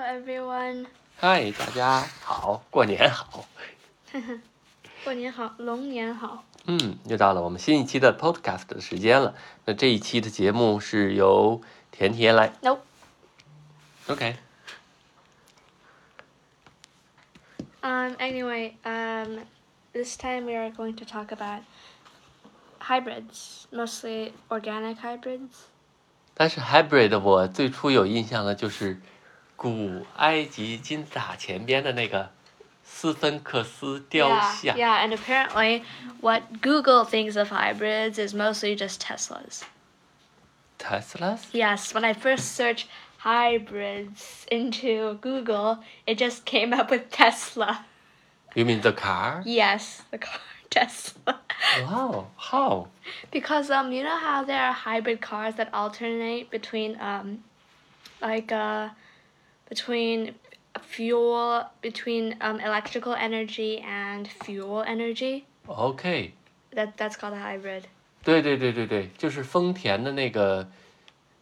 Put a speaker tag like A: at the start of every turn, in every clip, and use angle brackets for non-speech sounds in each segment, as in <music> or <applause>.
A: everyone，
B: 嗨，大家好，过年好。
A: 过年好，龙年好。
B: 嗯，又到了我们新一期的 podcast 的时间了。那这一期的节目是由甜甜来
A: No，
B: ，OK，
A: um, anyway, um, this time we are going to talk about hybrids, mostly organic hybrids.
B: 但是 hybrid 我最初有印象的就是古埃及金字塔前边的那个斯芬克斯雕
A: Yeah,
B: 像。
A: yeah, and apparently, what Google thinks of hybrids is mostly just Teslas.
B: Tesla？
A: Yes, when I first searched hybrids into Google, it just came up with Tesla.
B: You mean the car?
A: Yes, the car <laughs> Tesla.
B: Wow, how?
A: Because um, you know how there are hybrid cars that alternate between um, like uh, between fuel between um electrical energy and fuel energy.
B: OK，
A: That that's called a hybrid.
B: 对对对对对，就是丰田的那个，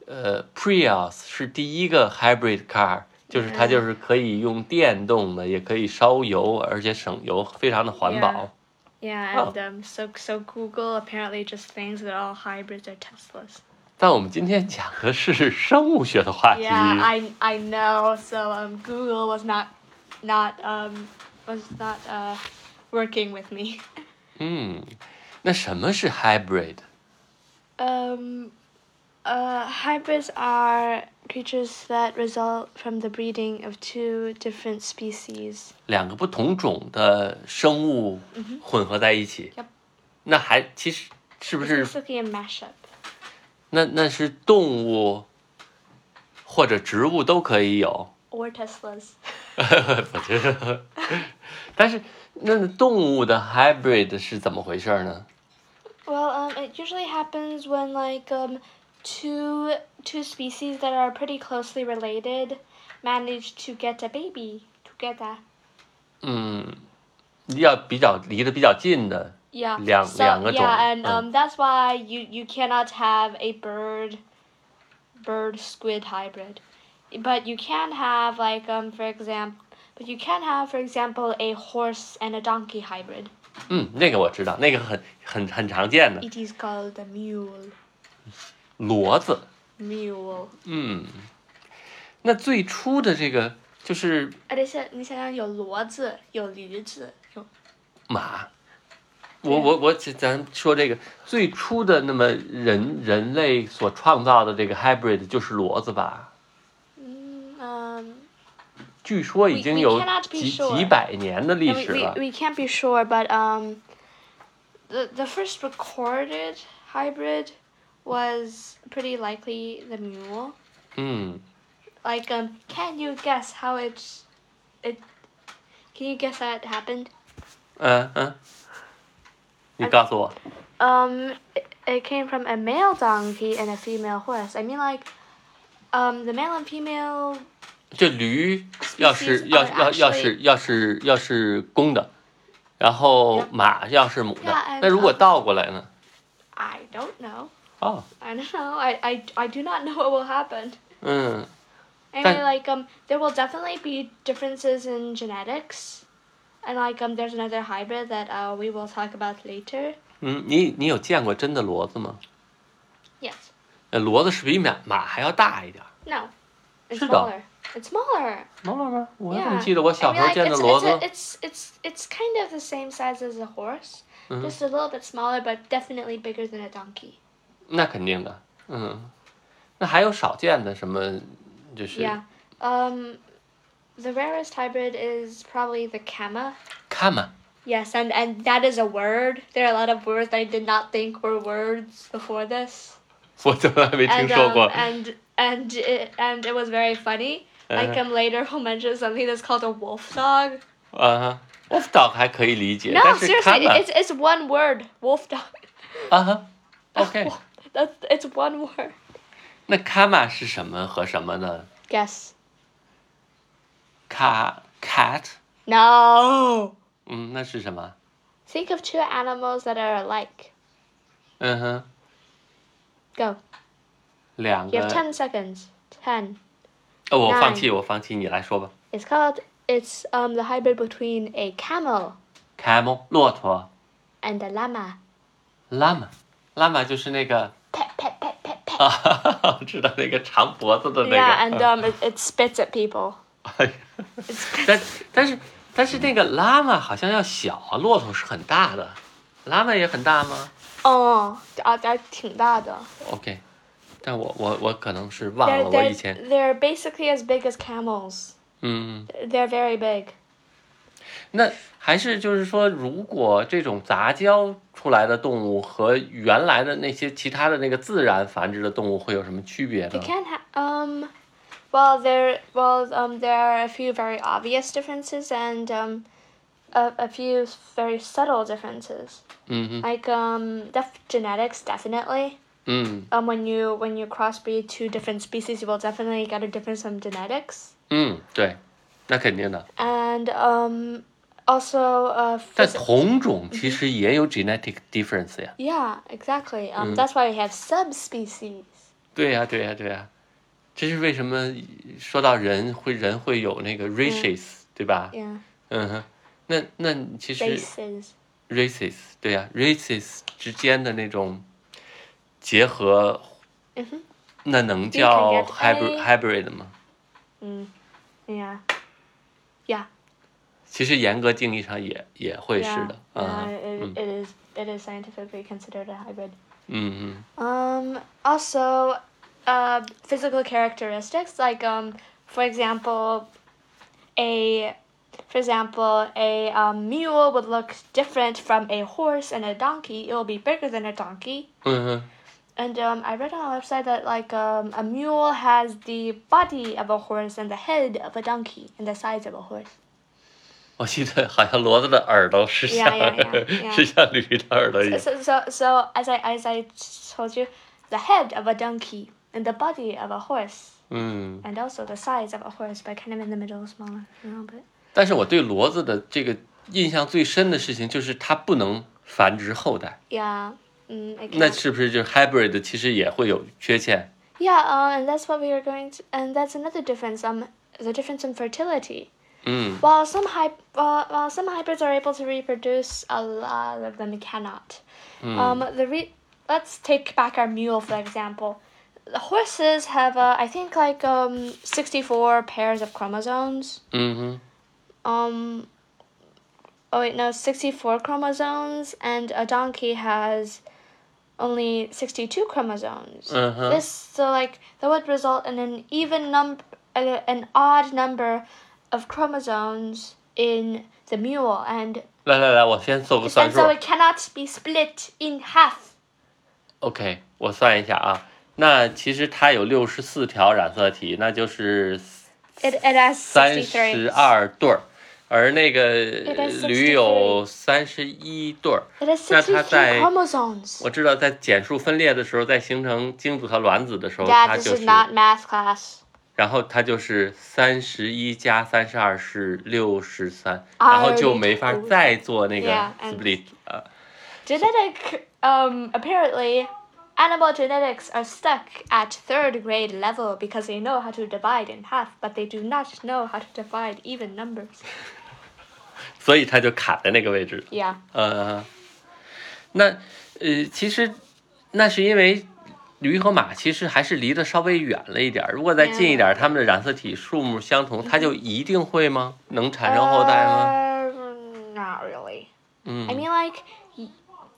B: 呃，Prius 是第一个 hybrid car，就是它就是可以用电动的，也可以烧油，而且省油，非常的环保。
A: Yeah, and
B: Oh.
A: um, so so Google apparently just thinks that all hybrids are Teslas.
B: 但我们今天讲的是生物学的话题
A: Yeah, I I know. So um, Google was not not um was not uh working with me. <laughs>
B: 嗯，那什么是 hybrid？
A: Um, uh, hybrids are creatures that result from the breeding of two different species.
B: 两个不同种的生物混合在一起。
A: Yep
B: 那还其实是不
A: It's
B: 是
A: basically a mashup.
B: 那那是动物或者植物都可以有，
A: Or Teslas.
B: <laughs> 我觉得。但是那动物的 hybrid 是怎么回事儿呢？
A: Well, um, it usually happens when like um, two two species that are pretty closely related manage to get a baby together.
B: 嗯，要比较离得比较近的，
A: Yeah.
B: Liang-
A: so,
B: liang-ge
A: yeah,
B: zhong,
A: and
B: uh.
A: um, that's why you you cannot have a bird, bird squid hybrid, but you can have like um for example, but you can have for example a horse and a donkey hybrid.
B: 嗯，那个我知道，那个很很很常见的
A: It is called a mule.
B: 骡子。
A: Mule.
B: 嗯，那最初的这个就是
A: 而且你想想，有骡子，有驴子，有
B: 马。我我我，咱说这个最初的那么人人类所创造的这个 hybrid 就是骡子吧？
A: um.
B: 据说已经有
A: We- we cannot be
B: 几
A: sure.
B: 几百年的历
A: we,
B: 史
A: we,
B: 了。
A: we can't be sure, but um, the the first recorded hybrid was pretty likely the mule.
B: 嗯，
A: Like um, can you guess how it, it, can you guess how it happened?
B: 嗯嗯，你告诉我，
A: Um, it, it came from a male donkey and a female horse. I mean like, um, the male and female.
B: 这驴要是
A: Species
B: 要
A: are
B: 要
A: actually-
B: 要是要是要是公的，然后
A: Yeah.
B: 马要是母的
A: Yeah, and-，
B: 那如果倒过来呢？
A: I don't know.
B: 哦，
A: I don't know. I I, I do not <laughs> know what will happen.
B: 嗯
A: I
B: That-
A: mean, like, um, there will definitely be differences in genetics, and like, um, there's another hybrid that uh, we will talk about later.
B: 嗯，你你有见过真的骡子吗？
A: Yes.
B: 那骡子是比马马还要大一点儿，
A: No. It's
B: 是的。
A: smaller. It's smaller.
B: 能了吗？我怎
A: Yeah.
B: 么记得我
A: I
B: 小
A: mean,
B: 时候
A: like,
B: 见的
A: it's,
B: 骡
A: it's,
B: 子
A: a- it's it's it's kind of the same size as a horse,
B: 嗯
A: just a little bit smaller, but definitely bigger than a donkey.
B: 那肯定的，嗯，那还有少见的什么，就是
A: Yeah. Um, the rarest hybrid is probably the kama.
B: 看嘛，
A: Yes, and and that is a word. There are a lot of words I did not think were words before this.
B: 我从来没听
A: and
B: 说
A: um,
B: 过。
A: and and it, and it was very funny. Like
B: Uh-huh.
A: um, later <laughs> we'll mention something that's called a wolf dog.
B: 啊，wolf dog 还可以理解，
A: No,
B: 但是
A: seriously,
B: 看吧
A: it's it's one word, wolf dog. <laughs>
B: 啊哈，OK，
A: That's it's one word.
B: 那 kama 是什么和什么呢
A: Guess.
B: ？ka cat，
A: No.
B: 嗯，那是什么？
A: Think of two animals that are alike.
B: 嗯哼，
A: Go.
B: 两
A: You have
B: 个
A: 10 seconds. 10,
B: 呃，我放
A: Nine
B: 弃，我放弃，你来说吧。
A: It's called it's um the hybrid between a camel
B: Camel，骆驼
A: and a llama.
B: ，llama，llama 就是那个
A: Pet pet pet pet pet.
B: 啊， <laughs> 哈哈哈我知道那个长脖子的那个。
A: Yeah, and um it, it spits at people.
B: 哎呀
A: It spits.
B: <laughs> 但但是但是那个拉玛好像要小啊，骆驼是很大的，拉玛也很大吗
A: 哦，啊，还挺大的。
B: ？OK，但我我我可能是忘
A: They're
B: 了，我以
A: they're
B: 前
A: they're basically as big as camels.
B: 嗯，
A: They're very big.
B: 那还是就是说，如果这种杂交出来的动物和原来的那些其他的那个自然繁殖的动物会有什么区别
A: They
B: 呢？
A: can't ha- um well there well um there are a few very obvious differences and um a, a few very subtle differences
B: 嗯哼
A: like um def- genetics definitely
B: 嗯
A: um when you when you crossbreed two different species you will definitely get a difference in genetics
B: 嗯，对，那肯定的。
A: and um also uh
B: 但
A: phys-
B: 同种其实也有 genetic difference 呀。
A: yeah exactly um that's why we have subspecies
B: 对呀、对呀、对呀、这是为什么说到人会人会有那个 races，、对吧？
A: yeah
B: 嗯哼，那那其实
A: races
B: races 对呀、r a c e s 之间的那种结合，
A: 嗯哼
B: 那能叫
A: You can get A
B: hybrid hybrid 吗？
A: mm. yeah yeah
B: 其实严格定义上也也会是
A: Yeah,
B: 的，
A: yeah,
B: 啊，嗯
A: it, it is. It is scientifically considered a hybrid.
B: 嗯
A: Um. Also, uh, physical characteristics like um, for example, a, for example, a um, mule would look different from a horse and a donkey. It will be bigger than a donkey.
B: 嗯嗯哼，
A: And um, I read on a website that like um, a mule has the body of a horse and the head of a donkey and the size of a horse.
B: 我记得好像骡子的耳朵是像
A: Yeah, yeah, yeah,
B: <laughs> 是像驴的耳朵一样，
A: So, so, so as I as I told you, the head of a donkey and the body of a horse,
B: 嗯。
A: and also the size of a horse, but kind of in the middle, smaller a little bit.
B: 但是我对骡子的这个印象最深的事情就是它不能繁殖后代，
A: Yeah. Mm, I
B: 那
A: can't.
B: 是不是就是 hybrid 其实也会有缺陷？
A: Yeah. Uh, and that's what we are going to. And that's another difference. Um, the difference in fertility.
B: 嗯
A: While some hy- uh, while some hybrids are able to reproduce, a lot of them cannot. Um, the re- let's take back our mule for example. The horses have uh, I think like um, sixty four pairs of chromosomes.
B: 嗯
A: Um,
B: 哼，
A: oh wait, no, sixty four chromosomes, and a donkey has only sixty two chromosomes.
B: Uh huh.
A: This so like that would result in an even number, uh, an odd number, of chromosomes in the mule, and
B: 来来来，我先做个算
A: and
B: 数
A: so it cannot be split in half.
B: ，OK，我算一下啊。那其实它有六十四条染色体，那就是
A: It it has
B: 三
A: sixty three.
B: 十二对儿，而那个
A: is
B: 驴有三十一对儿。
A: It has
B: 那它
A: sixty three
B: 在-
A: chromosomes.
B: 我知道，在减数分裂的时候，在形成精子和卵子的时候，它
A: Dad,
B: 就
A: this is
B: 是
A: not math class.
B: 然后它就是三十一加三十二是六十三，
A: I
B: 然后就没法
A: already told you.
B: 再做那个
A: Yeah, and-
B: split 啊。
A: Genetic, um, apparently, animal genetics are stuck at third grade level because they know how to divide in half, but they do not know how to divide even numbers.
B: 所以它就卡在那个位置。
A: Yeah.
B: 呃，那呃，其实那是因为驴和马其实还是离得稍微远了一点儿，如果再近一点儿，它们的染色体数目相同，它就一定会吗？能产
A: 呃
B: 生后代吗？
A: Uh, not really. I
B: 嗯
A: mean, like, y-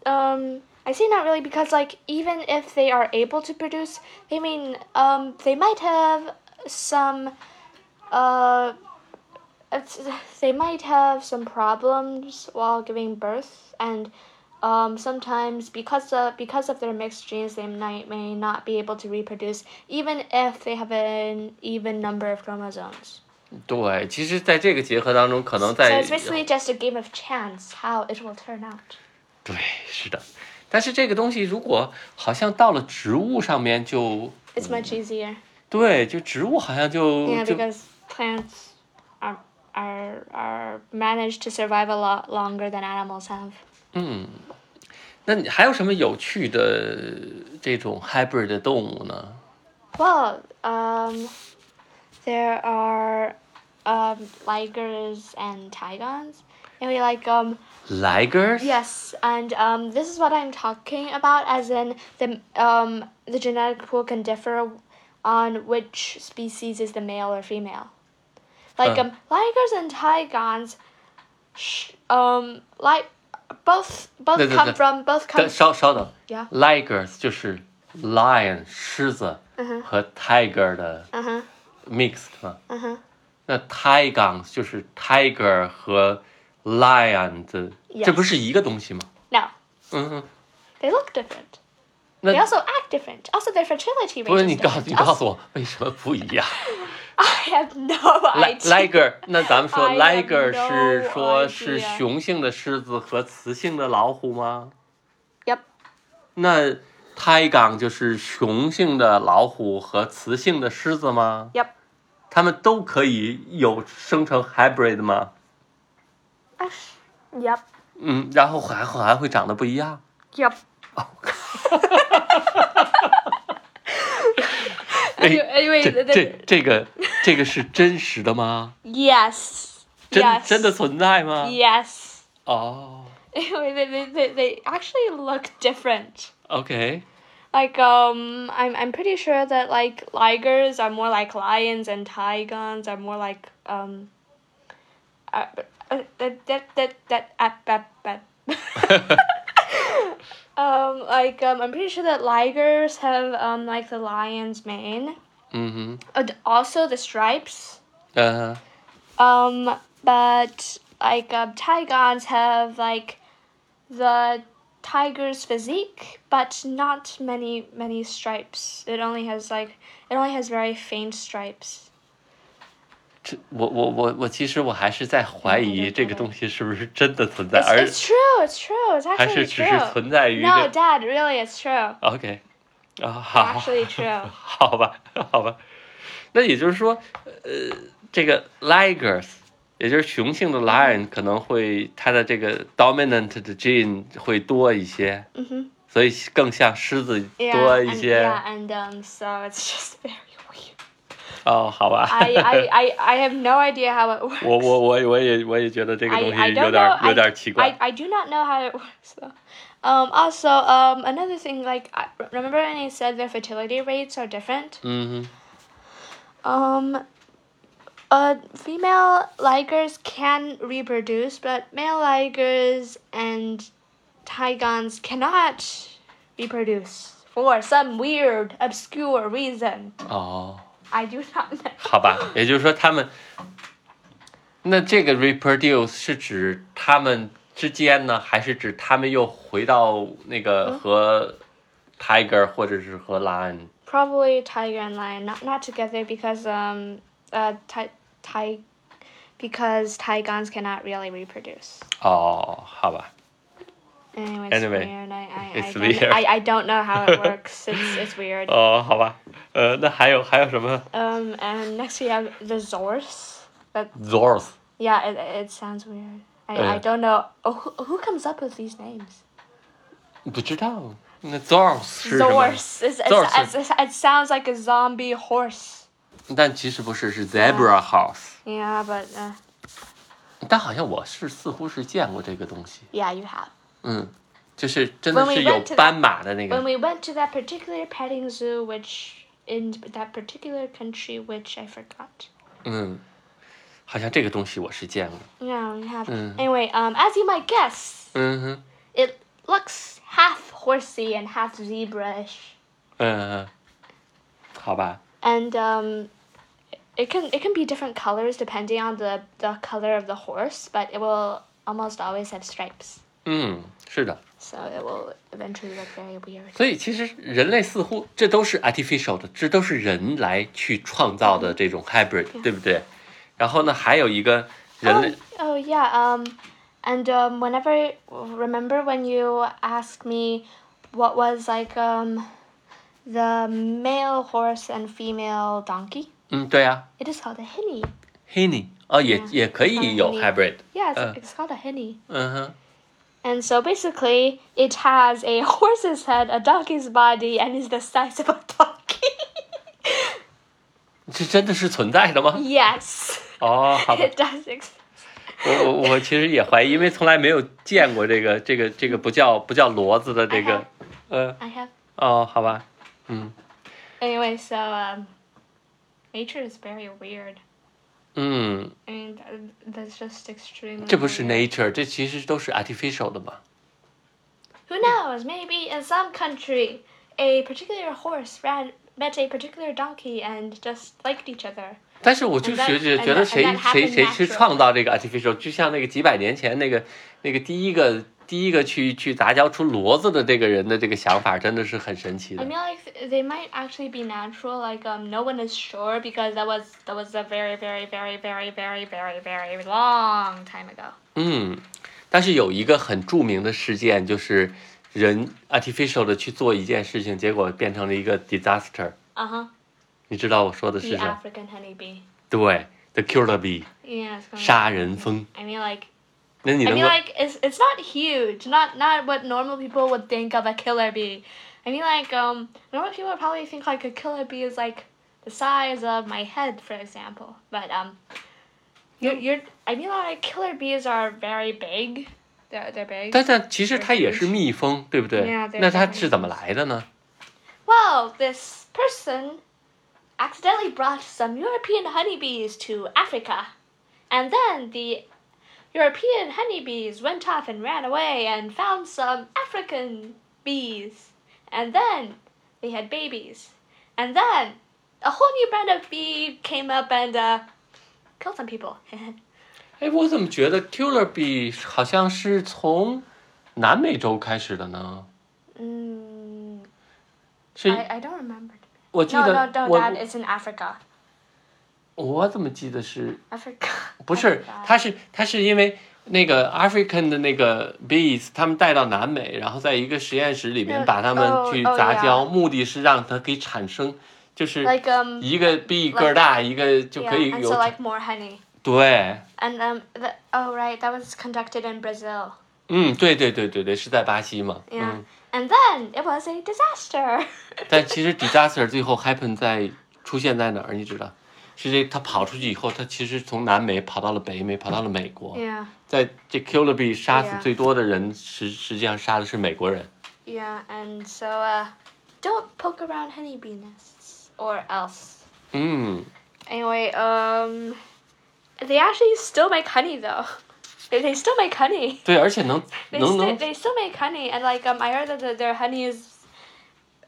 A: um, I say not really because, like, even if they are able to produce, they mean, um, they might have some, uh, it's, they might have some problems while giving birth, and, um, sometimes because of because of their mixed genes, they might may not be able to reproduce, even if they have an even number of chromosomes.
B: 对，其实在这个结合当中，可能
A: So
B: 在
A: it's basically just a game of chance how it will turn out.
B: 对，是的。但是这个东西如果好像到了植物上面就
A: It's much easier.
B: 对，就植物好像就
A: Yeah,
B: 就
A: because plants are are are managed to survive a lot longer than animals have.
B: 嗯那你还有什么有趣的这种 hybrid 的动物呢？
A: Well, um, there are um, ligers and tigons. And we like um
B: Ligers?
A: yes, and um, this is what I'm talking about. As in the um the genetic pool can differ on which species is the male or female. Like
B: Huh.
A: um ligers and tigons, sh- um like both both
B: No, no,
A: come
B: no.
A: from both come
B: 但稍稍等
A: Yeah.
B: ，Ligers 就是 lion 狮子和 tiger 的 mixed 嘛。那 tigons 就是 tiger 和 lion 的，这
A: Yes
B: 不是一个东西吗？
A: no
B: 嗯哼，
A: they look different. They
B: 那
A: also act different. Also, their fertility rate.
B: 不是
A: is
B: 你告诉
A: different.
B: 你告
A: Also-
B: 诉我为什么不一 <laughs> 样
A: <laughs> I have no
B: Li-
A: idea.
B: ？Liger 那咱们说
A: I have
B: Liger
A: no
B: 是说是
A: idea
B: 雄性的狮子和雌性的老虎吗？
A: Yep.
B: 那 tiger 就是雄性的老虎和雌性的狮子吗？
A: Yep.
B: 它们都可以有生成 hybrid 吗？
A: Yep.
B: 嗯，然后还还会长得不一样。
A: Yep. Anyway,
B: 哎这
A: anyway, the- the-
B: 这这个这个是真实的吗？
A: yes.
B: 真
A: <laughs> yes.
B: 真的存在吗？
A: Yes. <laughs>
B: 哦
A: Anyway, they, they, they, they actually look different.
B: ，OK， <laughs>
A: Like um, I'm I'm pretty sure that like ligers are more like lions and tigons are more like um. Uh, uh, that that that that uh, that that. <laughs> um, like um, I'm pretty sure that ligers have um like the lion's mane,
B: 嗯哼，
A: and also the stripes.
B: 嗯哼、
A: Um, but like um, tigons have like the tiger's physique, but not many many stripes. It only has like it only has very faint stripes.
B: 这我我我我其实我还是在怀疑这个东西是不是真的存在，
A: It's,
B: 而
A: it's true. It's true. It's
B: 还
A: actually
B: 是只是
A: true.
B: 存在于
A: No,
B: 那
A: Dad, really, it's true.
B: OK，啊，好，
A: Actually <laughs> true.
B: <laughs> 好吧，好吧，那也就是说，呃，这个 ligers，也就是雄性的 lion 可能会它的这个 dominant 的 gene 会多一些，嗯
A: 哼，
B: 所以更像狮子
A: Mm-hmm. Yeah.
B: 多一
A: and,
B: 些。
A: yeah, and um, so it's just <laughs> very weird.
B: 哦，好吧。
A: I, I, I, I have no idea how it works.
B: <laughs> 我我我我也我也觉得这个
A: I,
B: 东西
A: I
B: 有
A: don't
B: 点
A: know.
B: 有
A: I,
B: 点奇
A: I,
B: 怪。
A: I do not know how it works though. Um, also, um, another thing, like, I, remember when I said their fertility rates are different?
B: 嗯哼，
A: Um, uh, female ligers can reproduce, but male ligers and tigons cannot reproduce for some weird, obscure reason.
B: 哦，
A: I do not <laughs> know.
B: 好吧，也就是说他们，那这个 reproduce 是指他们之间呢，还是指他们又回到那
A: 嗯
B: 个和 tiger 或者是和 lion？
A: probably tiger and lion not not together because um uh ti- ti- because tigons cannot really reproduce
B: 哦，好吧，
A: anyway it's
B: Anyway,
A: weird I, I,
B: it's
A: I,
B: weird. Oh.
A: Don't, I, I don't know how
B: <laughs>
A: it works it's it's weird
B: 哦，好吧，呃，那还有还有什么
A: um and next we have the zorse but
B: zorth？
A: yeah it, it sounds weird I,
B: Yeah.
A: I don't know oh, who, who comes up with these names
B: 不知道，那 zorth 是什么？
A: zorse it's, it's,
B: Zorse.
A: it's, it's, it sounds like a zombie horse
B: 但其实不是，是 zebra house。
A: yeah but uh,
B: 但好像我是似乎是见过这个东西。
A: yeah you have
B: 嗯，就是真
A: When
B: 的
A: we
B: 是有
A: went to that-
B: 斑马的那
A: when
B: 个
A: we went to that particular petting zoo, which in that particular country, which I forgot.
B: 嗯，好像这个东西我是见过。
A: No, we have.
B: Mm.
A: Anyway, um, as you might guess,
B: 嗯哼，
A: it looks half horsey and half zebraish,
B: 嗯，好吧，
A: and um, it can it can be different colors depending on the the color of the horse, but it will almost always have stripes.
B: 嗯，是的。
A: So it will eventually look very weird.
B: 所以其实人类似乎这都是 artificial 的，这都是人来去创造的这种 hybrid，、对嗯哦不对？然后呢，还有一个人类
A: Oh, oh yeah. Um, and um, whenever remember when you asked me what was like um, the male horse and female donkey?
B: 嗯，对啊
A: It is called a hinny.
B: ，henny 哦，也、
A: Yeah，
B: 也可以有
A: 嗯
B: hybrid，
A: Yeah, it's,
B: Uh.
A: it's called a hinny.
B: 嗯哼，
A: And so basically, it has a <laughs> horse's head, a donkey's body, and is the size of a donkey.
B: 这真的是存在的吗？
A: <laughs> Yes,
B: 哦，好 <laughs> 吧，
A: it does exist.
B: 我我我其实也怀疑，因为从来没有见过这个这个这个不叫不叫骡子的这个，呃，
A: I have.
B: 哦，好吧，嗯
A: Anyway, so um, nature is very weird.
B: 嗯，
A: I mean, th- uh, that's just extremely.
B: 这不是
A: weird.
B: nature，这其实都是 artificial 的嘛。
A: Who knows? Maybe in some country, a particular horse ran met a particular donkey and just liked each other.
B: 但是我就
A: And that-
B: 觉觉
A: and
B: 觉得
A: that-
B: 谁
A: and that
B: 谁
A: happened
B: 谁去
A: naturally.
B: 创造这个 artificial，就像那个几百年前那个那个第一个第一个去去杂交出骡子的这个人的这个想法，真的是很神奇
A: I
B: 的。
A: mean, like th- they might actually be natural. Like um, no one is sure because that was that was a very, very, very, very, very, very, very long time ago.
B: 嗯，但是有一个很著名的事件，就是人 artificial 的去做一件事情，结果变成了一个 disaster。
A: Uh huh.
B: 你知道我说的
A: The
B: 是啥？
A: African honeybee.
B: 对，the killer bee，
A: Yeah. It's gonna,
B: 杀人蜂。
A: I mean, like
B: 那你
A: I
B: 能
A: mean,
B: 够
A: like it's it's not huge, not not what normal people would think of a killer bee. I mean, like um, normal people would probably think like a killer bee is like the size of my head, for example. But um, you're you're I mean, like killer bees are very big. They're they're big.
B: 但但其实它也是蜜蜂，对不对
A: Yeah，对
B: 那它
A: 对
B: 是怎么来的呢？
A: Well, this person accidentally brought some European honeybees to Africa. And then the European honeybees went off and ran away and found some African bees. And then they had babies. And then a whole new brand of bee came up and uh, killed some people. <laughs>
B: 哎，我怎么觉得 killer bee 好像是从南美洲开始的呢？
A: mm,
B: 是
A: I, I don't remember.
B: 我记
A: No, no,
B: 得
A: no,
B: 我
A: Dad, it's in Africa.
B: 我怎么记得是
A: Africa.
B: 不
A: <laughs>
B: 是
A: Africa.？
B: 它是它是因为那个 African 的那个 bees，他们带到南美，然后在一个实验室里面
A: 嗯
B: 把它们
A: 哦
B: 去
A: 哦
B: 杂交，
A: 呀
B: 目的是让它可以产生，就是。
A: Like, um,
B: 一个 bee 个儿大，一个就
A: yeah,
B: 可以
A: and
B: 有
A: so like more honey.
B: 对，
A: And um, the, oh right, that was conducted in Brazil.
B: 嗯，对对对对对，是在巴西嘛，
A: Yeah,
B: 嗯，
A: and then it was a disaster.
B: 但其实 disaster 最后 happen 在出现在哪儿？你知道，是这他跑出去以后，他其实从南美跑到了北美，跑到了美国，
A: yeah,
B: 在这 killer bee 杀死
A: Yeah.
B: 最多的人，实实际上杀的是美国人。
A: yeah, and so uh, don't poke around honeybee nests or else.
B: 嗯，
A: Anyway, um, they actually still make honey though. <laughs> They, they still make honey.
B: 对，而且能
A: They,
B: 能
A: sti-
B: 能
A: they still make honey, and like um, I heard that the, their honey is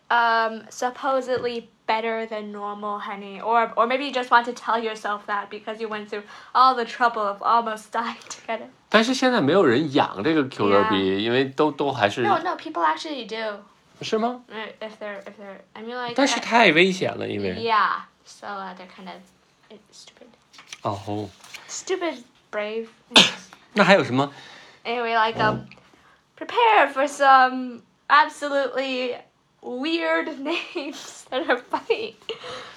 A: um supposedly better than normal honey, or or maybe you just want to tell yourself that because you went through all the trouble of almost <laughs> dying to get it.
B: 但是现在没有人养这个 killer
A: Yeah.
B: bee，因为都都还是
A: No, no, people actually do
B: 是吗？
A: uh, if they're if they're. I mean like.
B: 但是
A: uh,
B: 太危险了，因为
A: yeah, so uh, they're kind of uh, stupid,
B: 哦，
A: stupid brave. <laughs>
B: 那还有什么？
A: anyway, like um, prepare for some absolutely weird <laughs> names that are funny.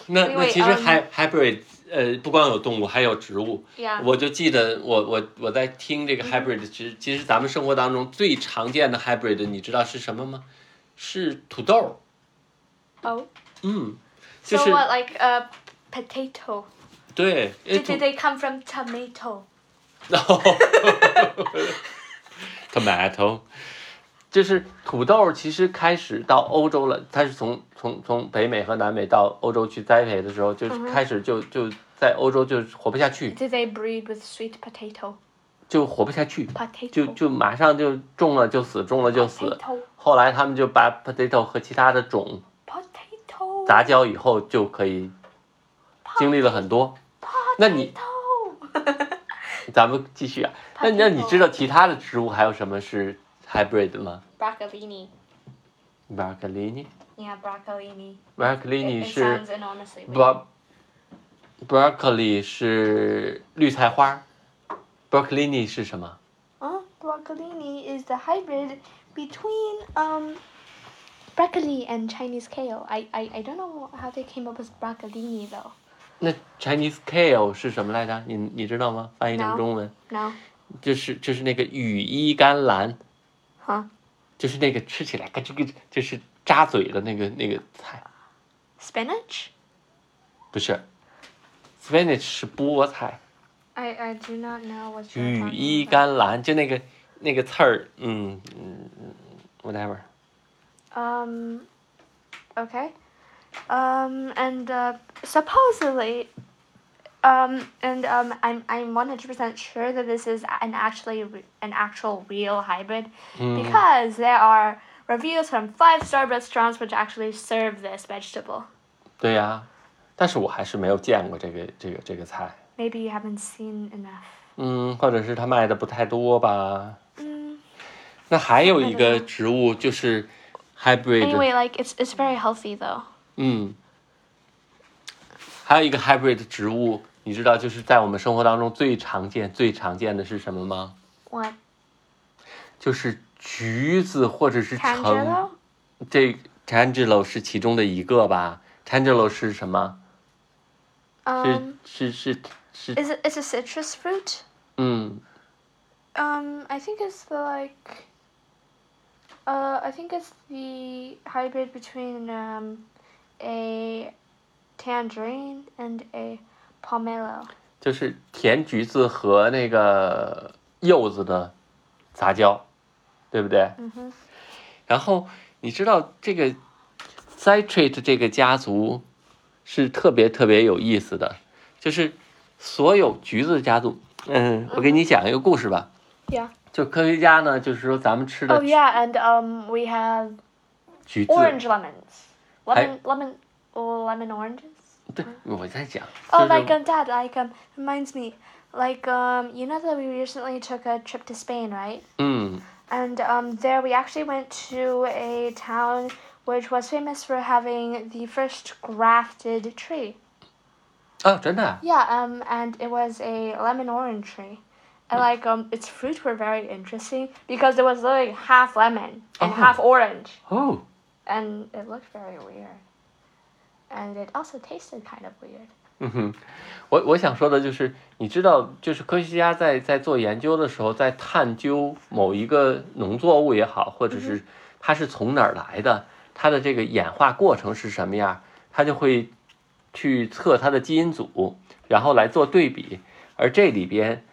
B: 那
A: 因
B: 那
A: 为
B: 其实
A: 嗯
B: hy hybrid 呃不光有动物，还有植物。
A: Yeah.
B: 我就记得我我我在听这个 hybrid，其实其实咱们生活当中最常见的 hybrid，你知道是什么吗？是土豆。
A: Oh.
B: 嗯，就
A: So
B: 是
A: what, like a potato?
B: 对，哎
A: Did,
B: 土
A: did they come from tomato?
B: 然后 tomato，就是土豆，其实开始到欧洲了，它是从从从北美和南美到欧洲去栽培的时候，就是开始就就在欧洲就活不下去，
A: Did they breed with sweet potato?
B: 就活不下去。
A: Potato.
B: 就就马上就中了就死，中了就死。
A: potato.
B: 后来他们就把 potato 和其他的种
A: Potato.
B: 杂交以后，就可以经历了很多。那你
A: Potato.
B: 咱们继续啊，那
A: Potato
B: 那你知道其他的植物还有什么是 hybrid 的吗
A: broccolini.
B: b r o c c o l i n i
A: Yeah, broccolini.
B: b r o c c o l i
A: It,
B: n i
A: it
B: 是
A: sounds enormously weird.
B: bro broccoli 是绿菜花，broccolini 是什么？
A: Uh, broccolini is the hybrid between um broccoli and Chinese kale. I, I, I don't know how they came up with broccolini though.
B: 那 Chinese kale 是什么来着？你你知道吗？翻译成
A: No
B: 中文
A: No.
B: 就是就是那个羽衣甘蓝。
A: Huh.
B: 就是那个吃起来咯吱咯吱，就是扎嘴的那个那个菜，
A: Spinach?
B: 不是， spinach 是菠菜，
A: I I do not know what you're
B: 羽
A: talking
B: 衣
A: about.
B: 甘蓝就那个那个刺儿，嗯嗯嗯，whatever。
A: Um, okay. Um, and uh, supposedly, um, and um, I'm I'm one hundred percent sure that this is an actually re- an actual real hybrid because there are reviews from five star restaurants which actually serve this vegetable.
B: 对呀、但是我还是没有见过这个这个这个菜，
A: Maybe you haven't seen enough.
B: 嗯，或者是它卖的不太多吧。
A: Mm.
B: 那还有
A: 那
B: 一个
A: 个
B: 植物就是 hybrid，、
A: Anyway, like it's it's very healthy though.
B: 嗯，还有一个 hybrid 植物，你知道就是在我们生活当中最常见、最常见的是什么吗？
A: What
B: 就是橘子或者是
A: tangelo?
B: 橙。这 tangelo 是其中的一个吧？tangelo 是什么？
A: Um,
B: 是是是是，
A: is it? It's a citrus fruit.
B: 嗯，
A: Um, I think it's the like. Uh, I think it's the hybrid between um, a tangerine and a pomelo.
B: 就是甜橘子和那个柚子的杂交，对不对？
A: 嗯哼。
B: 然后你知道这个 citrate 这个家族是特别特别有意思的，就是所有橘子家族，嗯，我给你讲一个故事吧。
A: Yeah.
B: 就科学家呢，就是说咱们吃
A: Oh
B: 的
A: yeah, and um, we have
B: 橘子，
A: orange lemons, lemon,
B: Hey.
A: lemon, oh, lemon oranges.
B: 对，我在讲，
A: Oh,
B: 就是
A: like um, Dad, like um, reminds me, like um, you know that we recently took a trip to Spain, right?
B: 嗯，
A: And um, there we actually went to a town which was famous for having the first grafted tree.
B: 啊，真的啊，
A: Yeah, um, and it was a lemon orange tree. And like um, its fruit were very interesting because it was like half lemon and
B: Oh.
A: half orange,
B: 哦，
A: and it looked very weird. And it also tasted kind of weird.
B: 嗯哼，我我想说的就是，你知道，就是科学家在在做研究的时候，在探究某一个农作物也好，或者是它是从哪儿来的，它的这个演化过程是什么样，他就会去测它的基因组，然后来做对比。而这里边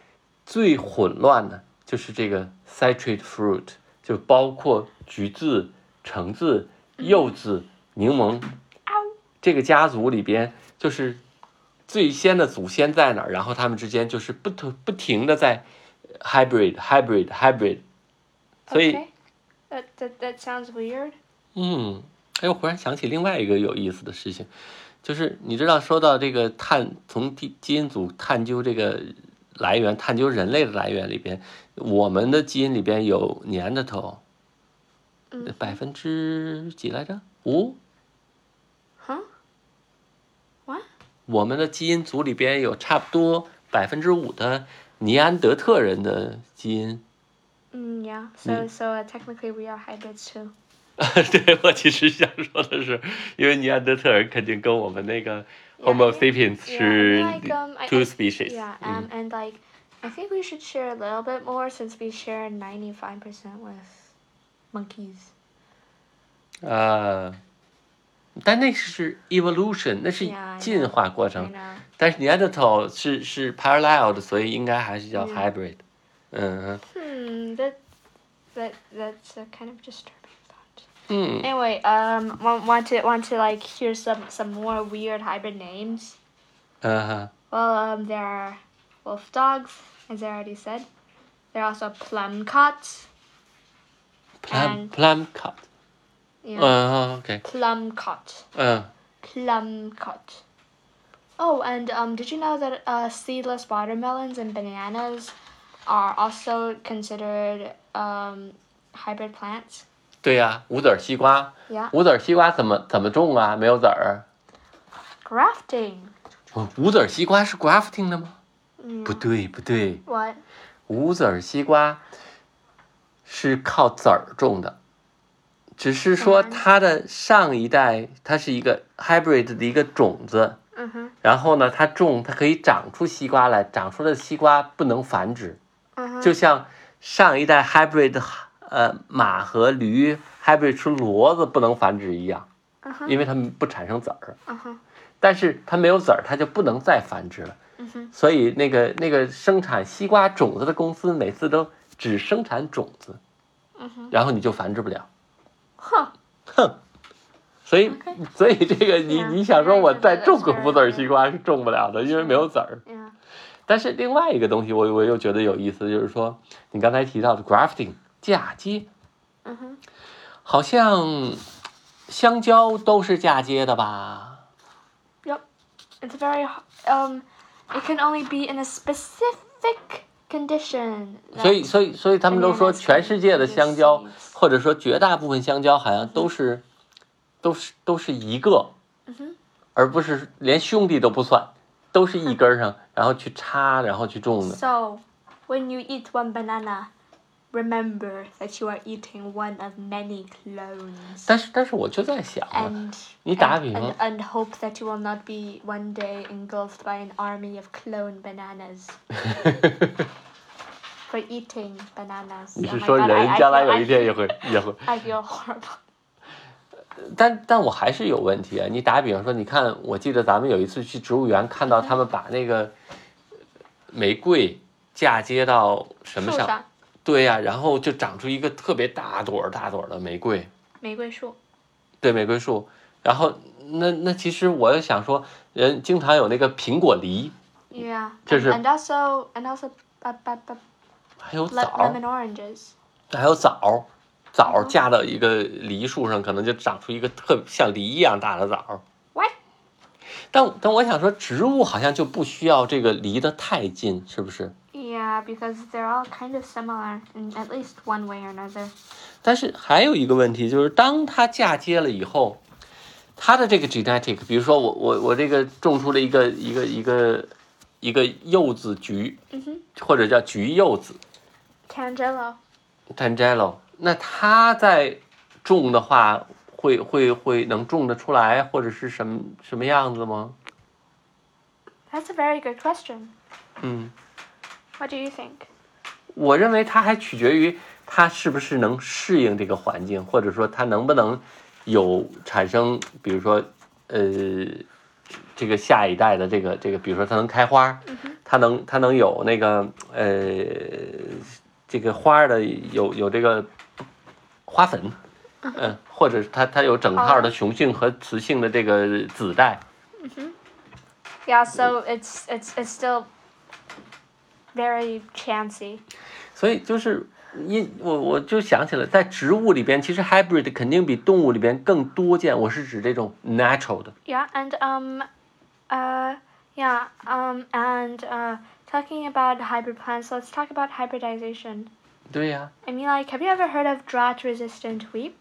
B: 最混乱的就是这个 citrate fruit，就包括橘子、橙子、柚子、柠檬这个家族里边，就是最先的祖先在哪儿，然后他们之间就是不停不停的在 hybrid hybrid hybrid，所以
A: Okay, that that, that sounds weird.
B: 嗯，哎，我忽然想起另外一个有意思的事情，就是你知道，说到这个探从基基因组探究这个来源，探究人类的来源里边，我们的基因里边有年的头，
A: 嗯
B: 百分之几来着？五？
A: Huh? What?
B: 我们的基因组里边有差不多百分之五的尼安德特人的基因。
A: Mm, yeah. So so uh, technically we are hybrids too.
B: <laughs> 对我其实想说的是，因为尼安德特人肯定跟我们那个
A: Yeah,
B: Homo sapiens
A: yeah,
B: 是
A: like, um, I-
B: two
A: I-
B: species。Mm.
A: Yeah,
B: 嗯
A: um, and like, I think we should share a little bit more since we share ninety five percent with monkeys.
B: 呃，但那是 evolution，那是
A: Yeah,
B: 进化过程。
A: I know.
B: 但是 Neanderthal 是是 parallel 的，所以应该还是叫
A: Yeah.
B: hybrid。嗯
A: Hmm. That, that that's a kind of disturbing thought.
B: 嗯，
A: Anyway, um, want, want to want to like hear some some more weird hybrid names?
B: 嗯哼，
A: Well, um, there are wolf dogs, as I already said. There are also plum cots.
B: plum
A: And-
B: plum cut。
A: Yeah.
B: 嗯，OK，
A: Plum cot.
B: 嗯，
A: plum cut. Oh, and um, did you know that uh, seedless watermelons and bananas are also considered um, hybrid plants?
B: 对呀、无籽儿西瓜，
A: Yeah.
B: 无籽儿西瓜怎么怎么种啊？没有籽儿。
A: Grafting.
B: 哦无籽儿西瓜是 grafting 的吗？
A: Mm,
B: 不对，不对，
A: What?
B: 无籽儿西瓜是靠籽儿种的，只是说
A: 嗯
B: 它的上一代它是一个 hybrid 的一个种子，
A: Uh huh.
B: 然后呢，它种它可以长出西瓜来，长出来的西瓜不能繁殖，
A: Uh huh.
B: 就像上一代 hybrid 呃马和驴 hybrid 出骡子不能繁殖一样，
A: 嗯哼
B: 因为它们不产生籽儿。
A: Uh huh.
B: 但是它没有籽儿，它就不能再繁殖了。
A: 嗯哼，
B: 所以那个那个生产西瓜种子的公司每次都只生产种子，
A: 嗯哼，
B: 然后你就繁殖不了。
A: 哼，
B: 所以
A: OK
B: 所以这个你
A: Yeah，
B: 你想说我再
A: that's
B: 种个
A: very
B: 无籽儿西瓜是种不了的，因
A: 是
B: 为
A: 啊
B: 没有籽儿。
A: yeah，
B: 但是另外一个东西我我又觉得有意思，就是说你刚才提到的 grafting 嫁接，
A: 嗯哼，
B: 好像香蕉都是嫁接的吧？
A: it's very h- um, it can only be in a specific condition.
B: 所以所以所以他们都说
A: bananas
B: 全世界的
A: can be
B: 香蕉
A: seeds，
B: 或者说绝大部分香蕉好像都是都是都是一个
A: 嗯哼，
B: 而不是连兄弟都不算，都是一根儿上，然后去插，然后去种的。
A: So, when you eat one banana, remember that you are eating one of many clones.
B: 但是但是我就在想啊，
A: And
B: 你打比
A: and,
B: 方
A: and, and hope that you will not be one day engulfed by an army of clone bananas for eating bananas.
B: 你
A: Oh
B: 是
A: my
B: 说
A: God, I-
B: 人
A: I
B: 将来
A: feel-
B: 有
A: I
B: 一天也
A: feel-
B: 会
A: <laughs>
B: 也会？
A: I feel horrible.
B: 但但我还是有问题啊！你打比方说，你看，我记得咱们有一次去植物园，
A: 嗯
B: 看到他们把那个玫瑰嫁接到什么上？对呀、然后就长出一个特别大朵儿大朵儿的玫瑰，
A: 树上，玫瑰树。
B: 对，玫瑰树。然后那那其实我想说，人经常有那个苹果梨，
A: Yeah.
B: 就是-
A: and, and also and also uh, uh, uh,
B: 还有
A: le-
B: 枣儿，
A: lemon oranges.
B: 还有枣儿，枣儿架到一个梨树上，可能就长出一个特像梨一样大的枣儿。
A: What?
B: 但但我想说，植物好像就不需要这个离得太近，是不是？
A: Yeah, because they're all kind of similar in at least one way or another.
B: 但是还有一个问题就是，当它嫁接了以后，它的这个 genetic，比如说我我我这个种出了一个一个一个一个柚子橘，
A: Mhm.
B: 或者叫橘柚子
A: Tangelo.
B: t a n g e l o 那它在种的话，会会会能种得出来，或者是什么什么样子吗？
A: That's a very good question.
B: 嗯。
A: What do you think?
B: 我认为它还取决于它是不是能适应这个环境，或者说它能不能有产生，比如说，呃，这个下一代的这个这个，比如说它能开花，它能它能有那个呃这个花儿的有有这个花粉，嗯、或者它它有整套的雄性和雌性的这个子代，
A: Yeah, so it's it's it's still very chancy.
B: 所以就是因我我就想起了，在植物里边，其实 hybrid 肯定比动物里边更多见。我是指这种 natural 的，
A: Yeah, and um, uh, yeah, um, and uh, talking about hybrid plants, let's talk about hybridization.
B: 对呀、
A: I mean, like, have you ever heard of drought-resistant wheat?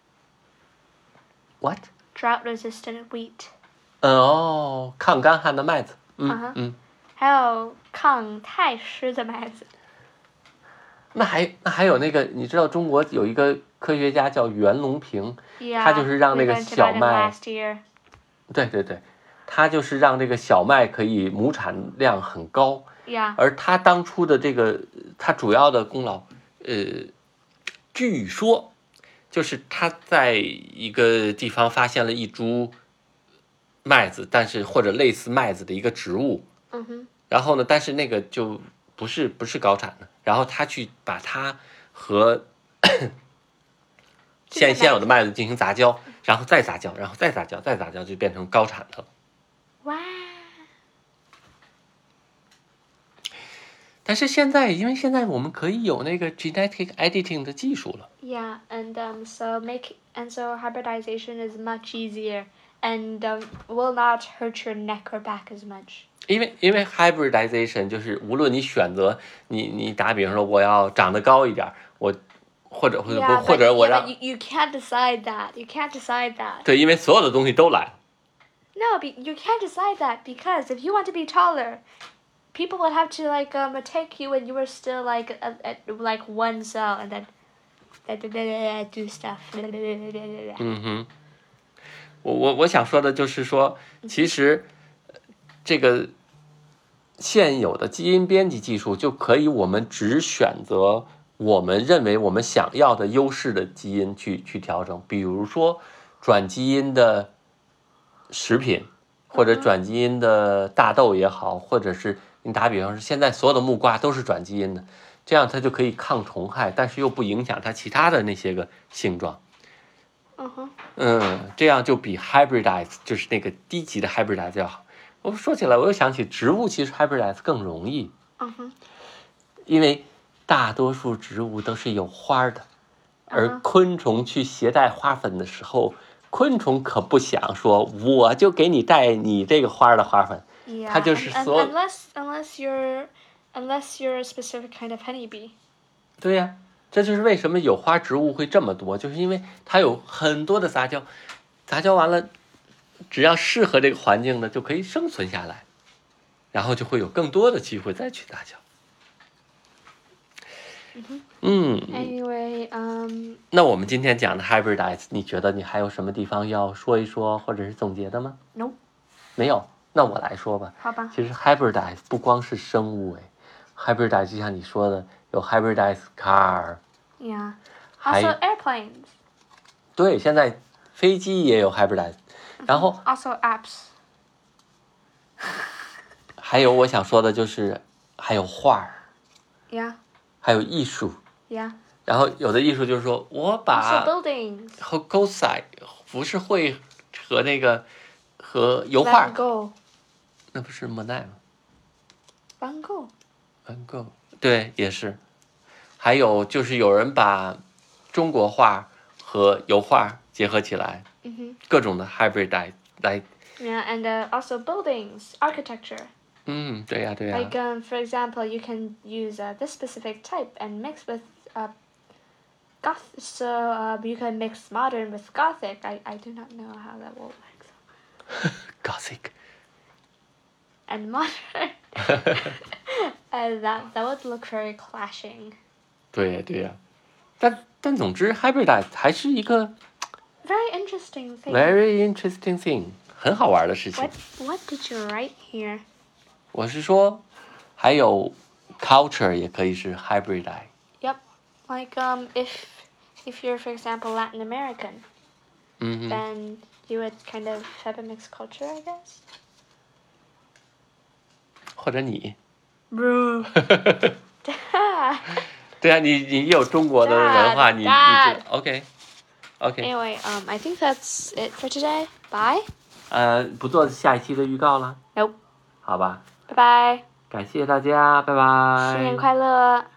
B: What？
A: Drought-resistant wheat.
B: 嗯哦，抗干旱的麦子，嗯、
A: 啊哈
B: 嗯，
A: 还有抗太湿的麦子。
B: 那还那还有那个，你知道中国有一个科学家叫袁隆平，
A: Yeah.
B: 他就是让
A: we
B: 那个
A: learned about
B: 小麦-
A: it last year.
B: 对对对，他就是让这个小麦可以亩产量很高，
A: Yeah.
B: 而他当初的这个他主要的功劳，呃，据说就是他在一个地方发现了一株麦子，但是或者类似麦子的一个植物，
A: Mhm.
B: 然后呢，但是那个就不是不是高产的，然后他去把它和
A: 这个麦
B: 现现有的麦子进行杂交，然后再杂交，然后再杂交，再杂交就变成高产的了。
A: Wow.
B: 但是现在，因为现在我们可以有那个 genetic editing 的技术了。
A: Yeah, and um, so make and so hybridization is much easier and um, will not hurt your neck or back as much.
B: 因为因为 hybridization 就是无论你选择你你打比方说我要长得高一点儿，我或者或者
A: Yeah,
B: 或
A: but, uh,
B: 者我
A: yeah,
B: 让
A: but you, you can't decide that. You can't decide that.
B: 对，因为所有的东西都来了。
A: No, be, you can't decide that because if you want to be taller, people would have to like um take you and you were still like at, at like one cell and then do stuff.
B: 嗯哼，我我我想说的就是说，其实呃这个现有的基因编辑技术就可以，我们只选择我们认为我们想要的优势的基因去去调整，比如说转基因的食品，或者转基因的大豆也好，或者是你打比方说，现在所有的木瓜都是转基因的，这样它就可以抗虫害，但是又不影响它其他的那些个性状。
A: 嗯哼，
B: 嗯，这样就比 hybridize 就是那个低级的 hybridize 要好。我说起来，我又想起植物其实 hybridize 更容易，
A: 嗯哼，
B: 因为大多数植物都是有花儿的，
A: 啊
B: 而昆虫去携带花粉的时候，昆虫可不想说我就给你带你这个花儿的花粉，
A: yeah.
B: 它就是
A: un- un-
B: 所有
A: unless unless you're unless you're a specific kind of honeybee.
B: 对呀、这就是为什么有花植物会这么多，就是因为它有很多的杂交，杂交完了，只要适合这个环境的就可以生存下来，然后就会有更多的机会再去杂交。嗯，
A: Anyway, um,
B: 那我们今天讲的 hybridize，你觉得你还有什么地方要说一说，或者是总结的吗？
A: no，
B: 没有，那我来说吧。
A: 好吧，
B: 其实 hybridize 不光是生物哎，hybridize 就像你说的，有 hybridize car，
A: yeah.
B: 还
A: Also airplanes,
B: 对，现在飞机也有 hybridize，然后
A: also apps.
B: 还有我想说的就是，还有画儿，
A: Yeah,
B: 还有艺术。
A: yeah.
B: 然后有的艺术就是说我
A: Also
B: 把
A: buildings.
B: 和 g o s i 浮世绘和那个和油画
A: Van，Gogh.
B: 那不是莫奈吗？
A: Van Gogh.
B: 梵谷，对，也是。还有就是有人把中国画和油画结合起来，
A: Mhm.
B: 各种的 hybrid 来来，
A: Yeah, and uh, also buildings, architecture.
B: 嗯，对呀、对呀、
A: Like um, for example, you can use uh, this specific type and mix with uh, goth. So uh, you can mix modern with gothic. I, I do not know how that will work.
B: Gothic，
A: And modern. <laughs> and that that would look very clashing.
B: 对呀、对呀、但但总之，hybrid 啊还是一个
A: Very interesting thing.
B: very interesting thing，很好玩的事情
A: What。what did you write here?
B: 我是说，还有 culture 也可以是 hybrid，
A: Yep. Like um, if if you're for example Latin American,
B: 嗯哼，
A: then you would kind of have a mixed culture, I guess. <laughs>
B: 或者你，
A: Bro.
B: <laughs> 对呀、你你有中国的文化，
A: Dad，
B: 你你
A: Dad
B: 就 OK OK。
A: Anyway, um, I think that's it for today. Bye.
B: 呃，不做下一期的预告了，
A: Nope.
B: 好吧？
A: Bye bye.
B: 感谢大家，拜拜。
A: 新年快乐。